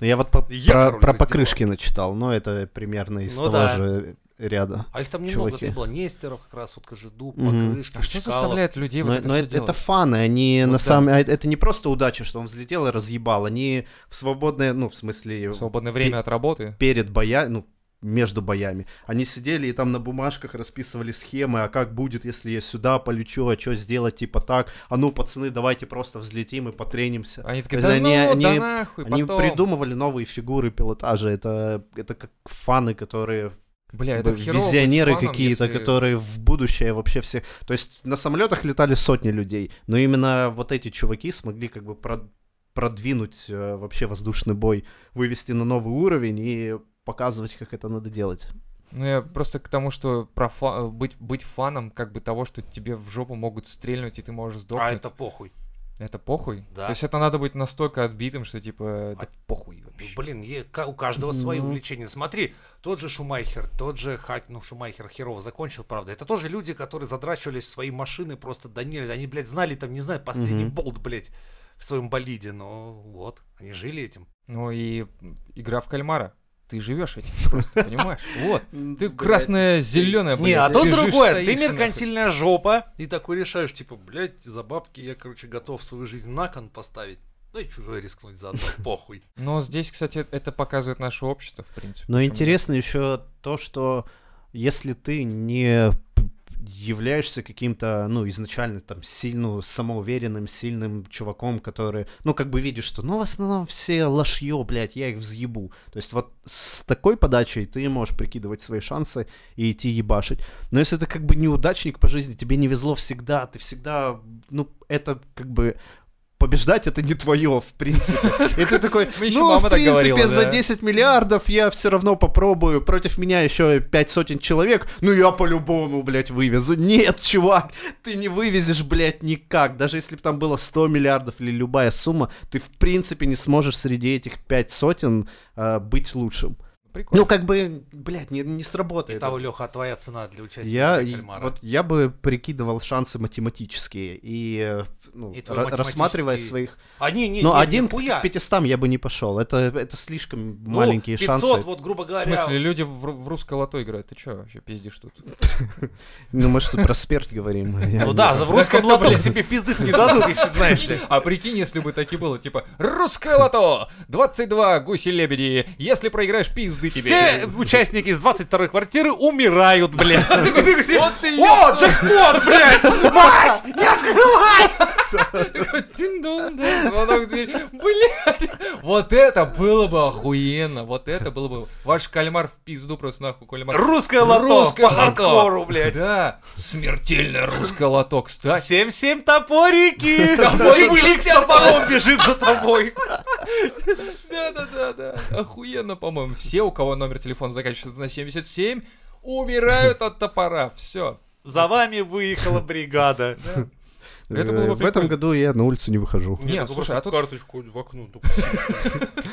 C: Ну, я вот по-
A: Я,
C: про,
A: короче,
C: про
A: раздевал.
C: покрышки начитал, но это примерно из
A: Ну
C: того
A: да.
C: же ряда.
A: А их там немного,
C: Чуваки.
A: это было Нестеров, как раз вот Кожедуб,
C: Мгм.
A: Покрышкин,
B: А что
A: Чкалов.
B: заставляет людей
C: Но,
B: вот это
C: но
B: все
C: это, это
B: делать?
C: фаны, они
B: Ну
C: на
B: да.
C: самом... а Это не просто удача, что он взлетел и разъебал, они в свободное, ну, в смысле,
B: В свободное время от работы.
C: перед боями, ну, между боями. Они сидели и там на бумажках расписывали схемы, а как будет, если я сюда полечу, а что сделать, типа так. А ну, пацаны, давайте просто взлетим и потренимся.
B: Они такие,
C: То
B: да
C: есть они-
B: ну, да
C: они-
B: нахуй,
C: Они
B: потом.
C: придумывали новые фигуры пилотажа. Это, это как фаны, которые
B: Бля,
C: б-
B: Э, это херово быть
C: визионеры
B: фаном,
C: какие-то,
B: если-
C: которые в будущее вообще все. То есть на самолетах летали сотни людей, но именно вот эти чуваки смогли как бы прод- продвинуть э, вообще воздушный бой, вывести на новый уровень и показывать, как это надо делать.
B: Ну, я просто к тому, что про фа- э, быть, быть фаном как бы того, что тебе в жопу могут стрельнуть, и ты можешь сдохнуть.
A: А это похуй.
B: Это похуй?
A: Да.
B: То есть это надо быть настолько отбитым, что типа, да
A: А-
B: похуй вообще.
A: Блин, е- ка- у каждого свое
C: Ну.
A: увлечение. Смотри, тот же Шумайхер, тот же Хак, ну Шумайхер херово закончил, правда. Это тоже люди, которые задрачивались в свои машины просто до нельзя. Они, блядь, знали там, не знаю, последний
C: Мгм.
A: болт, блядь, в своем болиде, но вот, они жили этим.
B: Ну и м, игра в кальмара. Ты живешь этим просто, понимаешь? Вот. Ты красная, зеленая,
A: Не,
B: блин.
A: а тут
B: лежишь,
A: другое.
B: стоишь
A: Ты
B: и нахуй.
A: меркантильная жопа, и такой решаешь, типа, блядь, за бабки я, короче, готов свою жизнь на кон поставить. Ну и чужой рискнуть заодно, похуй.
B: Но здесь, кстати, э, это показывает наше общество, в принципе.
C: Но
B: почему
C: интересно еще то, что если ты не являешься каким-то, ну, изначально там сильно самоуверенным, сильным чуваком, который, ну, как бы видишь, что, ну, в основном все лошье, блядь, я их взъебу. То есть вот с такой подачей ты можешь прикидывать свои шансы и идти ебашить. Но если ты как бы неудачник по жизни, тебе не везло всегда, ты всегда, ну, это как бы побеждать это не твое, в принципе. И ты такой,
B: Мне ещё
C: ну,
B: мама
C: в
B: так говорила,
C: принципе, за
B: да.
C: 10 миллиардов я все равно попробую. Против меня еще пять сотен человек. Ну, я по-любому, блядь, вывезу. Нет, чувак, ты не вывезешь, блядь, никак. Даже если бы там было 100 миллиардов или любая сумма, ты, в принципе, не сможешь среди этих пять сотен э, быть лучшим.
B: Прикольно.
C: Ну, как бы, блядь, не, не
A: И
C: сработает.
A: того, Леха, а твоя цена для участия
C: Я,
A: в «Игре
C: и-
A: кальмара».
C: вот, я бы прикидывал шансы математические и, э, ну,
A: И твои
C: ра- рассматривая
A: математические-
C: своих
A: А не, не,
C: но
A: не,
C: ну, один
A: нихуя.
C: к 500 я бы не пошел. Это, это слишком
A: Ну,
C: маленькие
A: 500,
C: шансы.
A: вот, грубо
B: В
A: говоря.
B: смысле, люди в, ру- в русское лото играют. Ты че вообще пиздишь тут?
C: Ну, мы что, про спирт говорим. Я
A: Ну
C: не-
A: да, за в
B: Так
A: русском
B: это,
A: лоток
B: блядь.
A: тебе пиздых не дадут, если знаешь ли.
B: А прикинь, если бы таки было, типа, русское лото, 22 гуси-лебеди, если проиграешь, пизды
A: Все
B: тебе.
A: участники из 22-й квартиры умирают, блядь. Ты такой, ты такой сидишь,
B: Вот ты
A: О, джекпот, блядь! Мать! Я открываю!
B: Тин-дон, да, звонок в дверь. Блядь, вот это было бы охуенно, вот это было бы... Ваш кальмар в пизду просто нахуй, кальмар.
A: Русское лото
B: Русское
A: по
B: лото.
A: хардкору, блядь.
B: Да, смертельное русское лото, кстати.
A: А Семь-семь топорики!
B: Топорики
A: И Вылик с
B: летят.
A: топором бежит за тобой.
B: Да-да-да-да, охуенно, по-моему. Все, у кого номер телефона заканчивается на 77, умирают от топора, все.
A: За вами выехала бригада.
B: это было бы
C: Э, В этом
B: прикольно.
C: году я на улицу не выхожу.
B: Не,
A: такой
B: слушай,
A: ну, просто
B: а тут-
A: карточку в окно. только.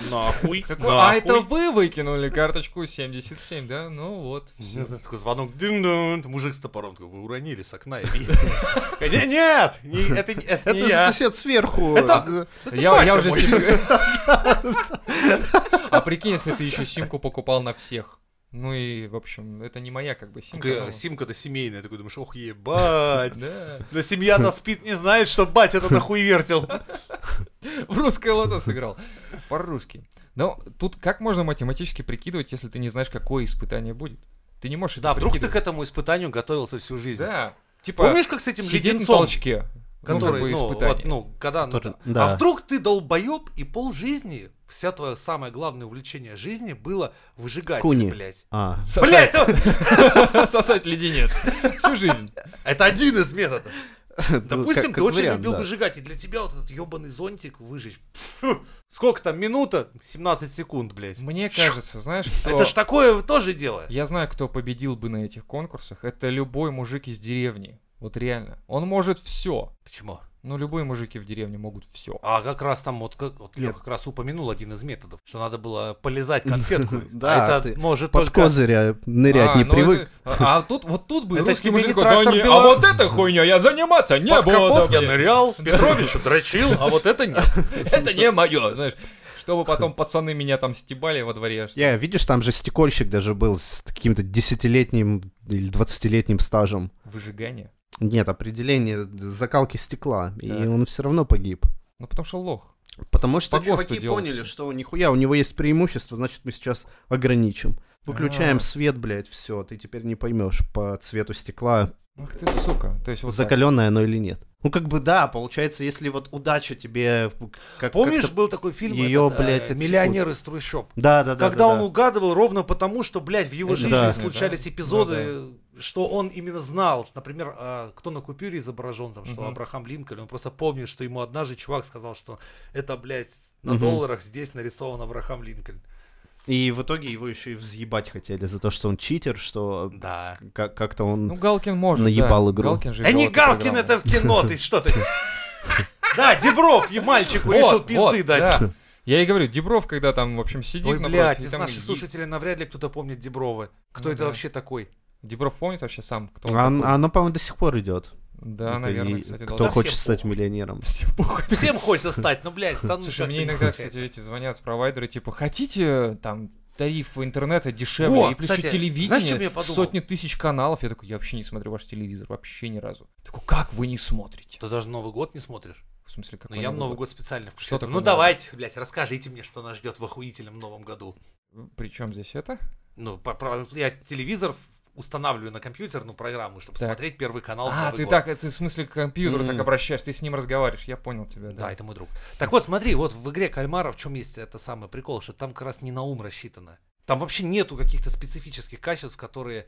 A: Нахуй.
B: Такой, а
A: нахуй.
B: это вы выкинули карточку 77, да? Ну вот,
A: Я
B: всё.
A: знаю, такой звонок, дин-дун, мужик с топором, такой, вы уронили с окна. я видел». Хотя нет, не- это не- это не
C: Это
A: я.
C: сосед сверху.
A: Это-
B: Я, я уже
A: мой.
B: сим- А прикинь, если ты еще симку покупал на всех. Ну и, в общем, это не моя как бы симка.
A: Такая
B: ну,
A: Симка-то семейная, такой думаешь, ох, ебать.
B: Да.
A: Но семья-то спит, не знает, что бать это нахуй вертел.
B: В русское лото сыграл. По-русски. Но тут как можно математически прикидывать, если ты не знаешь, какое испытание будет? Ты не можешь это
A: Да, А вдруг ты к
B: прикидывать.
A: этому испытанию готовился всю жизнь.
B: Да. Типа,
A: Помнишь, как с этим
B: сидеть на
A: леденцом,
B: толчке.
A: который,
B: ну, как бы
A: ну,
B: испытание.
A: вот, ну, когда... ну,
C: Который-
A: да.
C: да.
A: А вдруг ты долбоеб, и пол жизни, вся твое самое главное увлечение жизни было выжигать,
C: Куни.
A: блядь.
C: А,
A: Блядь, ну,
B: Сосать, сосать леденец. Всю жизнь.
A: это один из методов.
C: ну,
A: Допустим,
C: как-
A: ты
C: как
A: очень
C: вариант,
A: любил
C: да.
A: выжигать, и для тебя вот этот ебаный зонтик выжечь. Фу. Сколько там, минута? 17 секунд, блядь.
B: Мне кажется, знаешь, кто...
A: Это ж такое тоже дело.
B: Я знаю, кто победил бы на этих конкурсах. Это любой мужик из деревни. Вот реально. Он может все.
A: Почему?
B: Но любые мужики в деревне могут все.
A: А как раз там, вот, как, вот Лёха
C: Нет.
A: как раз упомянул один из методов, что надо было полезать конфетку.
C: Да,
A: а это
C: ты
A: может
C: Под
A: только... ну
C: козыря нырять не привык.
B: А тут вот тут бы
A: Это
B: русский
A: тебе
B: мужик
A: не
B: такой, «Да
A: трактор
B: не, а
A: Беларусь».
B: вот эта хуйня, я заниматься не
A: Под
B: буду.
A: капот я
B: блин.
A: нырял, Петровичу дрочил, а вот это нет.
B: Это не мое, знаешь. Чтобы потом пацаны меня там стебали во дворе.
C: Я, видишь, там же стекольщик даже был с каким-то десятилетним или двадцатилетним стажем.
B: Выжигание.
C: Нет, определение закалки стекла, и
B: Так.
C: он все равно погиб.
B: Ну потому что лох.
C: Потому что
B: По ГОСТу
C: чуваки
B: делал
C: поняли,
B: всё.
C: что нихуя, у него есть преимущество, значит, мы сейчас ограничим. Выключаем
B: А.
C: свет, блядь, все, ты теперь не поймешь по цвету стекла,
B: А, Ах ты сука. То есть вот так.
C: закаленное оно или нет. Ну, как бы да, получается, если вот удача тебе как
A: Помнишь,
C: как-то-
A: был такой фильм
C: её,
A: этот, э,
C: блядь, отсекут.
A: «Миллионер из трущоб»?
C: Да, да, да.
A: Когда
C: да,
A: он
C: да.
A: угадывал ровно потому, что, блядь, в его
C: Это
A: жизни
C: Ну да.
A: случались эпизоды, что он именно знал. Например, а, кто на купюре изображен, там, что
B: Мгм.
A: Абрахам Линкольн, он просто помнит, что ему однажды чувак сказал, что это, блядь, на
C: Мгм.
A: долларах здесь нарисован Абрахам Линкольн.
C: И в итоге его еще и взъебать хотели за то, что он читер, что
A: Да.
C: как- как-то он...
B: Ну Галкин может,
C: Наебал
B: да.
C: игру.
B: Галкин же
A: Да
B: вёл
A: Э, не
B: эту
A: Галкин,
B: программу.
A: это в кино, ты что ты? Да, Дебров, и мальчику решил
B: Вот,
A: пизды
B: вот,
A: дать.
B: да. Я и говорю, Дебров, когда там, в общем, сидит
A: Ой,
B: напротив,
A: блядь,
B: и
A: из
B: там
A: наших
B: е-
A: слушателей навряд ли кто-то помнит Деброва. Кто
B: Ну
A: это
B: да.
A: вообще такой?
B: Дебров помнит вообще сам, кто он
C: А
B: такой?
C: он- а оно, по-моему, до сих пор идет.
B: Да, наверное, кстати,
C: кто
B: должен.
C: хочет
A: Всем
C: стать
A: похуй.
C: миллионером.
B: Всем похуй.
A: Всем хочется стать, ну, блядь, стану
B: Слушай,
A: как-то
B: мне
A: не
B: иногда,
A: получается.
B: кстати, эти звонят провайдеры, типа, хотите там тариф интернета дешевле,
A: Во,
B: и плюс
A: кстати,
B: еще
A: знаешь, чем я
B: телевидение,
A: подумал?
B: сотни тысяч каналов. Я такой, я вообще не смотрю ваш телевизор, вообще ни разу. Такой, как вы не смотрите?
A: Ты даже Новый год не смотришь?
B: В смысле, как
A: Ну, я в Новый год специально
B: Что
A: включаю.
B: такое
A: Ну,
B: Новый год?
A: давайте, блядь, расскажите мне, что нас ждет в охуительном Новом году.
B: Причем здесь это?
A: Ну, по- про- я телевизор устанавливаю на компьютер, ну, программу, чтобы
B: Так.
A: смотреть первый канал. в
B: А,
A: Новый
B: ты
A: год.
B: так, ты в смысле к компьютеру так
C: М.
B: обращаешься, ты с ним разговариваешь, я понял тебя,
A: Да,
B: да.
A: это мой друг. Так вот, смотри, вот в игре Кальмара в чем есть это самый прикол, что там как раз не на ум рассчитано. Там вообще нету каких-то специфических качеств, которые,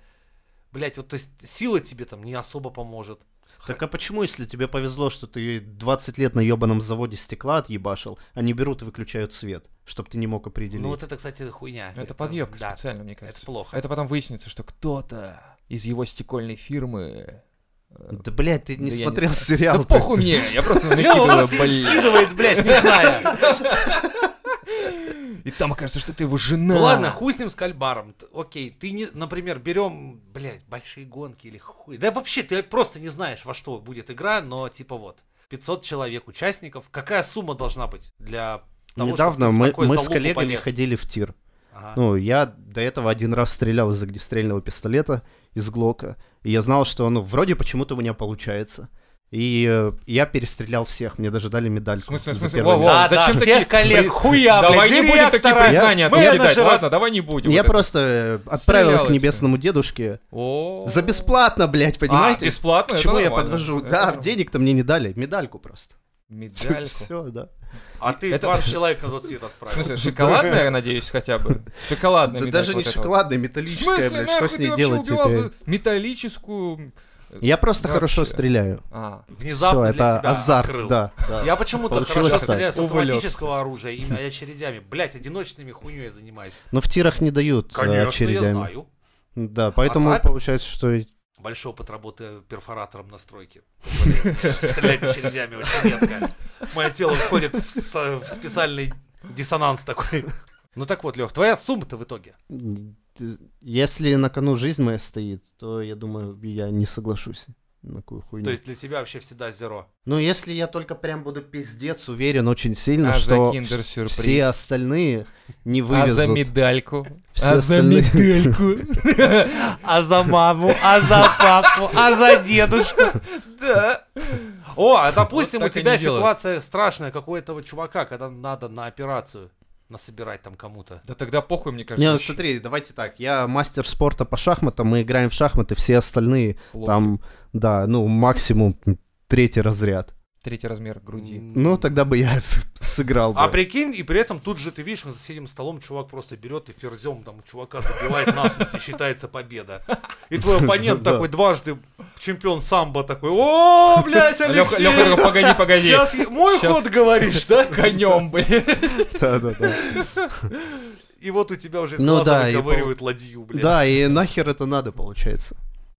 A: блядь, вот, то есть сила тебе там не особо поможет.
C: Так а почему, если тебе повезло, что ты 20 лет на ебаном заводе стекла отъебашил, они берут и выключают свет, чтобы ты не мог определить?
A: Ну, вот это, кстати, хуйня.
B: Это подъебка
A: да,
B: специально, мне
A: Это
B: кажется.
A: плохо.
B: Это потом выяснится, что кто-то из его стекольной фирмы... э,
C: Да, блядь, ты не
B: Да я не
C: смотрел
B: знаю.
C: сериал.
B: Да похуй мне, я просто
A: Я у
B: накидываю,
A: вас
B: блин.
A: скидывает, блядь, не знаю.
B: И там окажется, что ты его жена.
A: Ну ладно, хуй с ним с кальбаром. Т- Окей, ты не, например, берем, блядь, большие гонки или хуй. Да вообще, ты просто не знаешь, во что будет игра, но типа вот, 500 человек участников. Какая сумма должна быть для того, чтобы
C: Недавно
A: ты в
C: мы,
A: такой
C: мы с
A: залупу
C: коллегами
A: полез?
C: ходили в тир.
B: А.
A: Ага.
C: Ну, я до этого один раз стрелял из огнестрельного пистолета, из Глока, и я знал, что, ну, вроде почему-то у меня получается. И э, я перестрелял всех, мне даже дали медальку.
B: В смысле, в
C: за
B: смысле,
C: первое
B: во-во,
C: место.
A: Да,
B: зачем
A: да,
B: такие-
A: всех коллег,
B: Блин,
A: хуя,
B: Давай
A: блядь,
B: не будем такие
A: директора.
B: признания тут
A: Менеджера.
B: кидать. Ладно, давай не будем.
C: Я
B: Вот это-
C: просто э, отправил их
B: Стрелял
C: к
B: и
C: небесному дедушке
B: О.
C: за бесплатно, блядь, понимаете?
B: А, бесплатно?
C: К
B: это
C: чему я
B: нормально.
C: подвожу?
B: Это
C: Да,
B: нормально.
C: денег-то мне не дали, медальку просто.
B: Медальку.
C: Все, да.
A: А ты
B: Это-
A: 20 человек на тот свет
B: В
A: отправил.
B: смысле, шоколадная, я надеюсь, хотя бы? Шоколадная
C: Да
B: медалька
C: даже не
B: вот эта вот.
C: шоколадная,
B: В
C: металлическая,
B: смысле,
C: блядь, что
B: нахуй
C: с
B: ты
C: ней
B: вообще
C: делать
B: убивал
C: теперь?
B: за металлическую...
C: Я просто
B: Вообще.
C: хорошо стреляю.
B: А,
A: Внезапно
C: Всё,
A: для
C: это
A: себя
C: азарт,
A: открыл.
C: да. да.
A: Я почему-то
C: Получилось
A: хорошо
C: так.
A: стреляю с
B: Увлёкся.
A: автоматического оружия и очередями. Блядь, одиночными хуйней занимаюсь.
C: Но Ну, в тирах не дают э,
A: Конечно, я
C: очередями.
A: знаю.
C: Да, поэтому
A: А так?
C: получается, что и-
A: большой опыт работы перфоратором на стройке. Стрелять очередями очень редко. Мое тело входит в, с- в специальный диссонанс такой. Ну так вот, Лех, твоя сумма-то в итоге.
C: д- если на кону жизнь моя стоит, то я думаю, я не соглашусь на такую хуйню.
A: То есть для тебя вообще всегда зеро.
C: Ну, если я только прям буду пиздец уверен очень сильно,
B: А за
C: что
B: киндер-сюрприз?
C: в- все остальные не
B: а
C: вывезут.
B: за медальку?
C: Все
B: а за
C: остальные.
B: медальку?
A: А за маму, а за папу, а за дедушку.
B: Да.
A: О, а допустим,
B: Вот
A: у
B: так
A: тебя
B: они делают.
A: ситуация страшная, как у этого чувака, когда надо на операцию. насобирать там кому-то.
B: Да тогда похуй, мне кажется.
C: Не, ну,
B: щ-
C: смотри, давайте так. Я мастер спорта по шахматам, мы играем в шахматы, все остальные
B: плохо.
C: там, да, ну, максимум третий разряд.
B: Третий размер груди.
A: М.
C: Ну, тогда бы я сыграл бы.
A: А прикинь, и при этом тут же ты видишь, за соседним столом чувак просто берет и ферзем там чувака забивает насмерть, и считается победа. И твой оппонент
C: Да.
A: такой дважды чемпион самбо такой, о, блядь,
B: Леха,
A: Алексей,
B: Леха, такой, погоди, погоди.
A: сейчас я- мой
B: Щас.
A: ход говоришь, да?
B: Конем, блядь.
C: Да-да-да.
A: И вот у тебя уже из
C: Ну
A: глаза
C: да, и
A: выковыривают ладью, блядь.
C: Да, и нахер это надо, получается.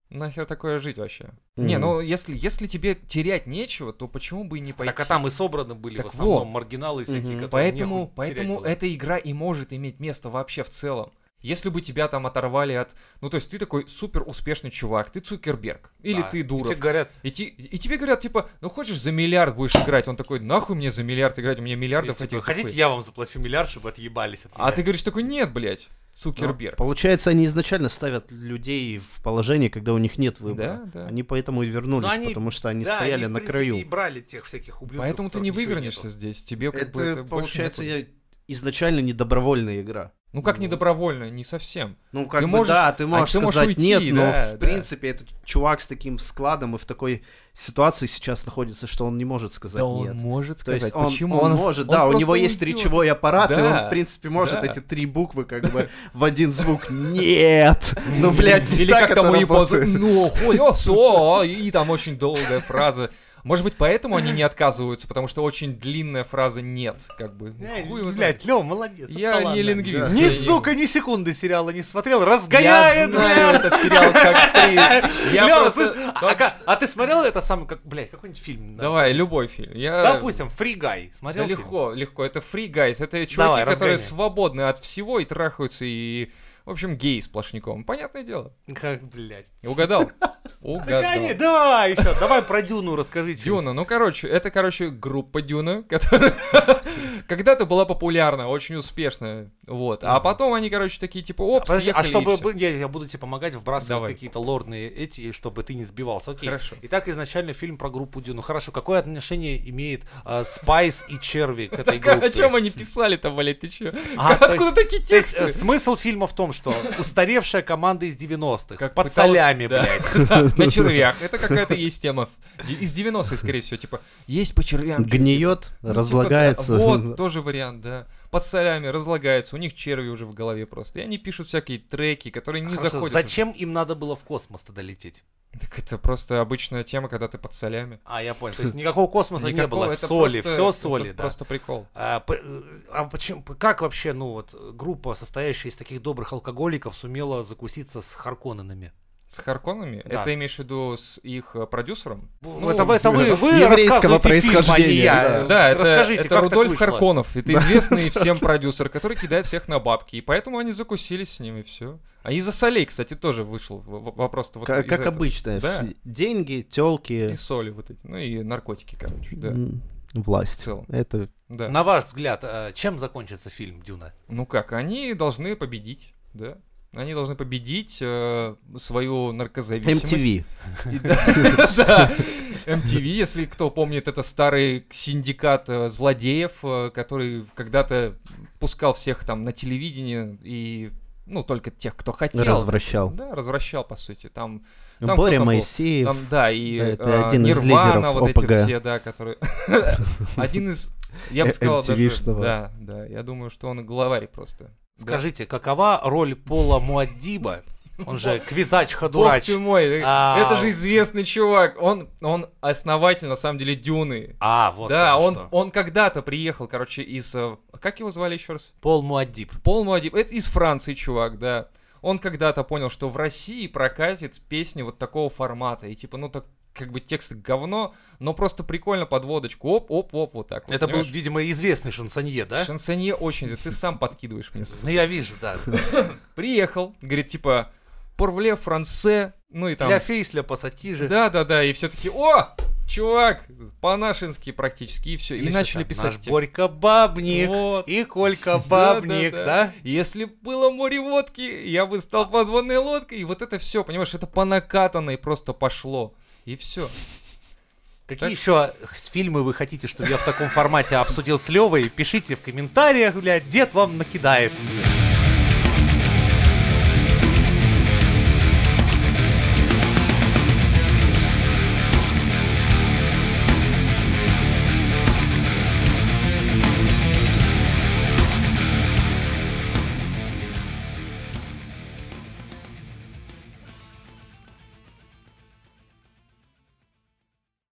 B: Нахер такое жить вообще? Не,
C: М.
B: ну если, если тебе терять нечего, то почему бы и не пойти?
A: Так а там и собраны были
B: Так
A: в основном
B: вот.
A: маргиналы всякие,
C: Мгм.
A: которые
B: Поэтому,
A: нехуй терять
B: поэтому
A: было.
B: эта игра и может иметь место вообще в целом. Если бы тебя там оторвали от... Ну, то есть ты такой супер успешный чувак, ты Цукерберг, или
A: Да.
B: ты
A: И
B: Дуров.
A: Тебе говорят,
B: И, ти- и тебе говорят, типа, ну хочешь за миллиард будешь играть? Он такой, нахуй мне за миллиард играть, у меня
A: и,
B: миллиардов
A: типа,
B: этих...
A: хотите,
B: хуй».
A: я вам заплачу миллиард, чтобы отъебались от
B: А
A: меня?»
B: ты говоришь такой, нет, блядь, Цукерберг.
C: Получается, они изначально ставят людей в положение, когда у них нет выбора.
B: да, да.
C: Они поэтому и вернулись,
A: они-
C: потому что они
A: Да,
C: стояли
A: они, в
C: на
A: принципе, и
C: краю.
A: брали тех всяких ублюдков.
B: Поэтому ты
A: которых
B: не
A: ничего
B: вывернешься
A: нету.
B: здесь. Тебе как бы
C: Это,
B: больше
C: получается,
B: некуда.
C: я- изначально недобровольная игра.
B: Ну как
C: Ну.
B: недобровольно, не совсем.
C: Ну, как
B: Ты
C: бы,
B: можешь-
C: да, ты
B: а
C: можешь
B: ты можешь
C: сказать
B: уйти,
C: нет, но,
B: да,
C: в
B: да.
C: принципе, этот чувак с таким складом и в такой ситуации сейчас находится, что он не может сказать
B: Да
C: нет.
B: он может
C: То
B: сказать,
C: есть он,
B: почему
C: он
B: он с-
C: может,
B: он
C: да, у него
B: просто
C: есть
B: уйдет.
C: речевой аппарат, и он,
B: Да,
C: в принципе, может
B: да.
C: эти три буквы как бы в один звук «нет». Ну, блядь, не
B: Или
C: так
B: как
C: это
B: там у японцев,
C: работает.
B: ну, хуй, о, со, и там очень долгая фраза. Может быть, поэтому они не отказываются, потому что очень длинная фраза «нет», как бы.
A: Эй,
B: Хуй его знает.
A: Блядь, Лёв, молодец.
B: Я
A: талантливый.
B: не лингвист.
A: Ни,
B: я не-
A: сука, ни секунды сериала не смотрел,
B: Я
A: разгоняет,
B: знаю
A: блядь.
B: этот сериал как ты. Я
A: Лёва,
B: просто...
A: слышь, а, ка- а ты смотрел это самый, как, блядь, какой-нибудь фильм? да?
B: Давай, любой фильм. Я...
A: Допустим, Фригай. Смотрел
B: Да
A: фильм?
B: легко, легко. Это фри гайс. Это чуваки,
A: Давай,
B: которые
A: разгоняй.
B: свободны от всего и трахаются, и... В общем, гей сплошняком. Понятное дело.
A: Как, блядь.
B: Угадал?
A: Да,
B: Угадал.
A: гони, давай еще, давай про Дюну расскажи. чуть.
B: Дюна, ну короче, это, короче, группа Дюна, которая когда-то была популярна, очень успешная, вот. А потом они, короче, такие типа, оп,
A: Подожди,
B: съехали
A: а чтобы
B: и всё.
A: бы- я, я буду тебе помогать вбрасывать
B: Давай.
A: какие-то лорные эти, и чтобы ты не сбивался. Окей.
B: Хорошо.
A: Итак, изначально фильм про группу Дюну. Хорошо, какое отношение имеет э, Спайс и Черви к этой группе?
B: а О чем они писали-то, блядь, ты чё?
A: А, то
B: Откуда
A: есть-
B: такие
A: То есть, э,
B: тексты?
A: смысл фильма в том, что устаревшая команда из 90-х,
B: Как
A: под
B: пыталась-
A: солями,
B: да.
A: блядь.
B: На червях. Это какая-то есть тема. Ди- Из 90-х, скорее всего, типа, есть по червям. чё,
C: Гниет,
B: Ну, типа,
C: разлагается.
B: да, Вот, тоже вариант, да. Под солями разлагается, у них черви уже в голове просто. И они пишут всякие треки, которые не
A: Хорошо,
B: заходят.
A: Зачем им надо было в космос тогда лететь?
B: Так это просто обычная тема, когда ты под солями.
A: А, я понял. То есть никакого космоса
B: Никакого,
A: не было.
B: это
A: Соли,
B: просто-
A: все
B: это
A: соли, да.
B: просто прикол.
A: А, п- э, а почему, п- как вообще, ну вот, э, группа, состоящая из таких добрых алкоголиков, сумела закуситься с Харконненами?
B: С Харконами?
A: Да.
B: Это имеешь в виду с их э, продюсером?
A: Ну, это, вы- это вы, вы
C: еврейского
A: рассказываете
C: происхождения,
A: фильм, а не я.
C: да.
B: Да, это,
A: Расскажите,
B: это
A: как так
B: Рудольф
A: вышло?
B: Харконов. Это известный всем продюсер, который кидает всех на бабки. И поэтому они закусились с ним, и все. А из-за солей, кстати, тоже вышел в- в- вопрос. Вот
C: Как
B: из
C: как
B: этого.
C: обычно,
B: Да.
C: вс- деньги, телки,
B: И соли вот эти. Ну и наркотики, короче, да. В
C: власть.
B: целом.
C: Это
B: да.
A: На ваш взгляд, э, чем закончится фильм «Дюна»?
B: Ну как, они должны победить, да? Они должны победить э, свою наркозависимость.
C: MTV.
B: И Да, да. MTV, если кто помнит, это старый синдикат э, злодеев, э, который когда-то пускал всех там на телевидение и, ну, только тех, кто хотел.
C: Развращал.
B: Да, развращал, по сути. Там, Там кто
C: Боря
B: там был?
C: Моисеев.
B: там да, и
C: да, это
B: э,
C: один из
B: Нирвана,
C: лидеров
B: вот эти
C: ОПГ.
B: все, да, которые... Один из, я бы
C: Э,
B: сказал, даже...
C: MTV-шного.
B: Да, да, я думаю, что он главарь просто. Да.
A: Скажите, какова роль Пола Муаддиба, он же Квизач
B: Бог
A: Хадурач,
B: ты мой, э,
A: А.
B: это же известный чувак. Он, он основатель, на самом деле, Дюны.
A: А, вот
B: да,
A: оно
B: он,
A: что.
B: он когда-то приехал, короче, из... э, Как его звали еще раз?
A: Пол Муаддиб.
B: Пол Муадиб. Это из Франции, чувак, да. Он когда-то понял, что в России прокатит песни вот такого формата. И типа, ну так как бы текст говно, но просто прикольно под водочку. Оп-оп-оп, вот так вот.
A: Это был,
B: понимаешь?
A: видимо, известный шансонье, да?
B: Шансонье очень... Ты сам подкидываешь мне.
A: Ну, я вижу, да.
B: Приехал, говорит, типа, порвле франце, ну и там...
A: Для Фейсля, пассатижи.
B: Да, да, да, и все таки о, чувак, по-нашенски практически, и все, и
A: Или что
B: начали
A: там,
B: писать
A: Наш
B: текст.
A: Борька Бабник
B: Вот.
A: и Колька Бабник,
B: Да, да,
A: да?
B: Если б было море водки, я бы стал подводной лодкой, и вот это все, понимаешь, это по накатанной просто пошло, и все.
A: Какие
B: Так.
A: еще фильмы вы хотите, чтобы я в таком формате обсудил с Левой? Пишите в комментариях, блядь, дед вам накидает.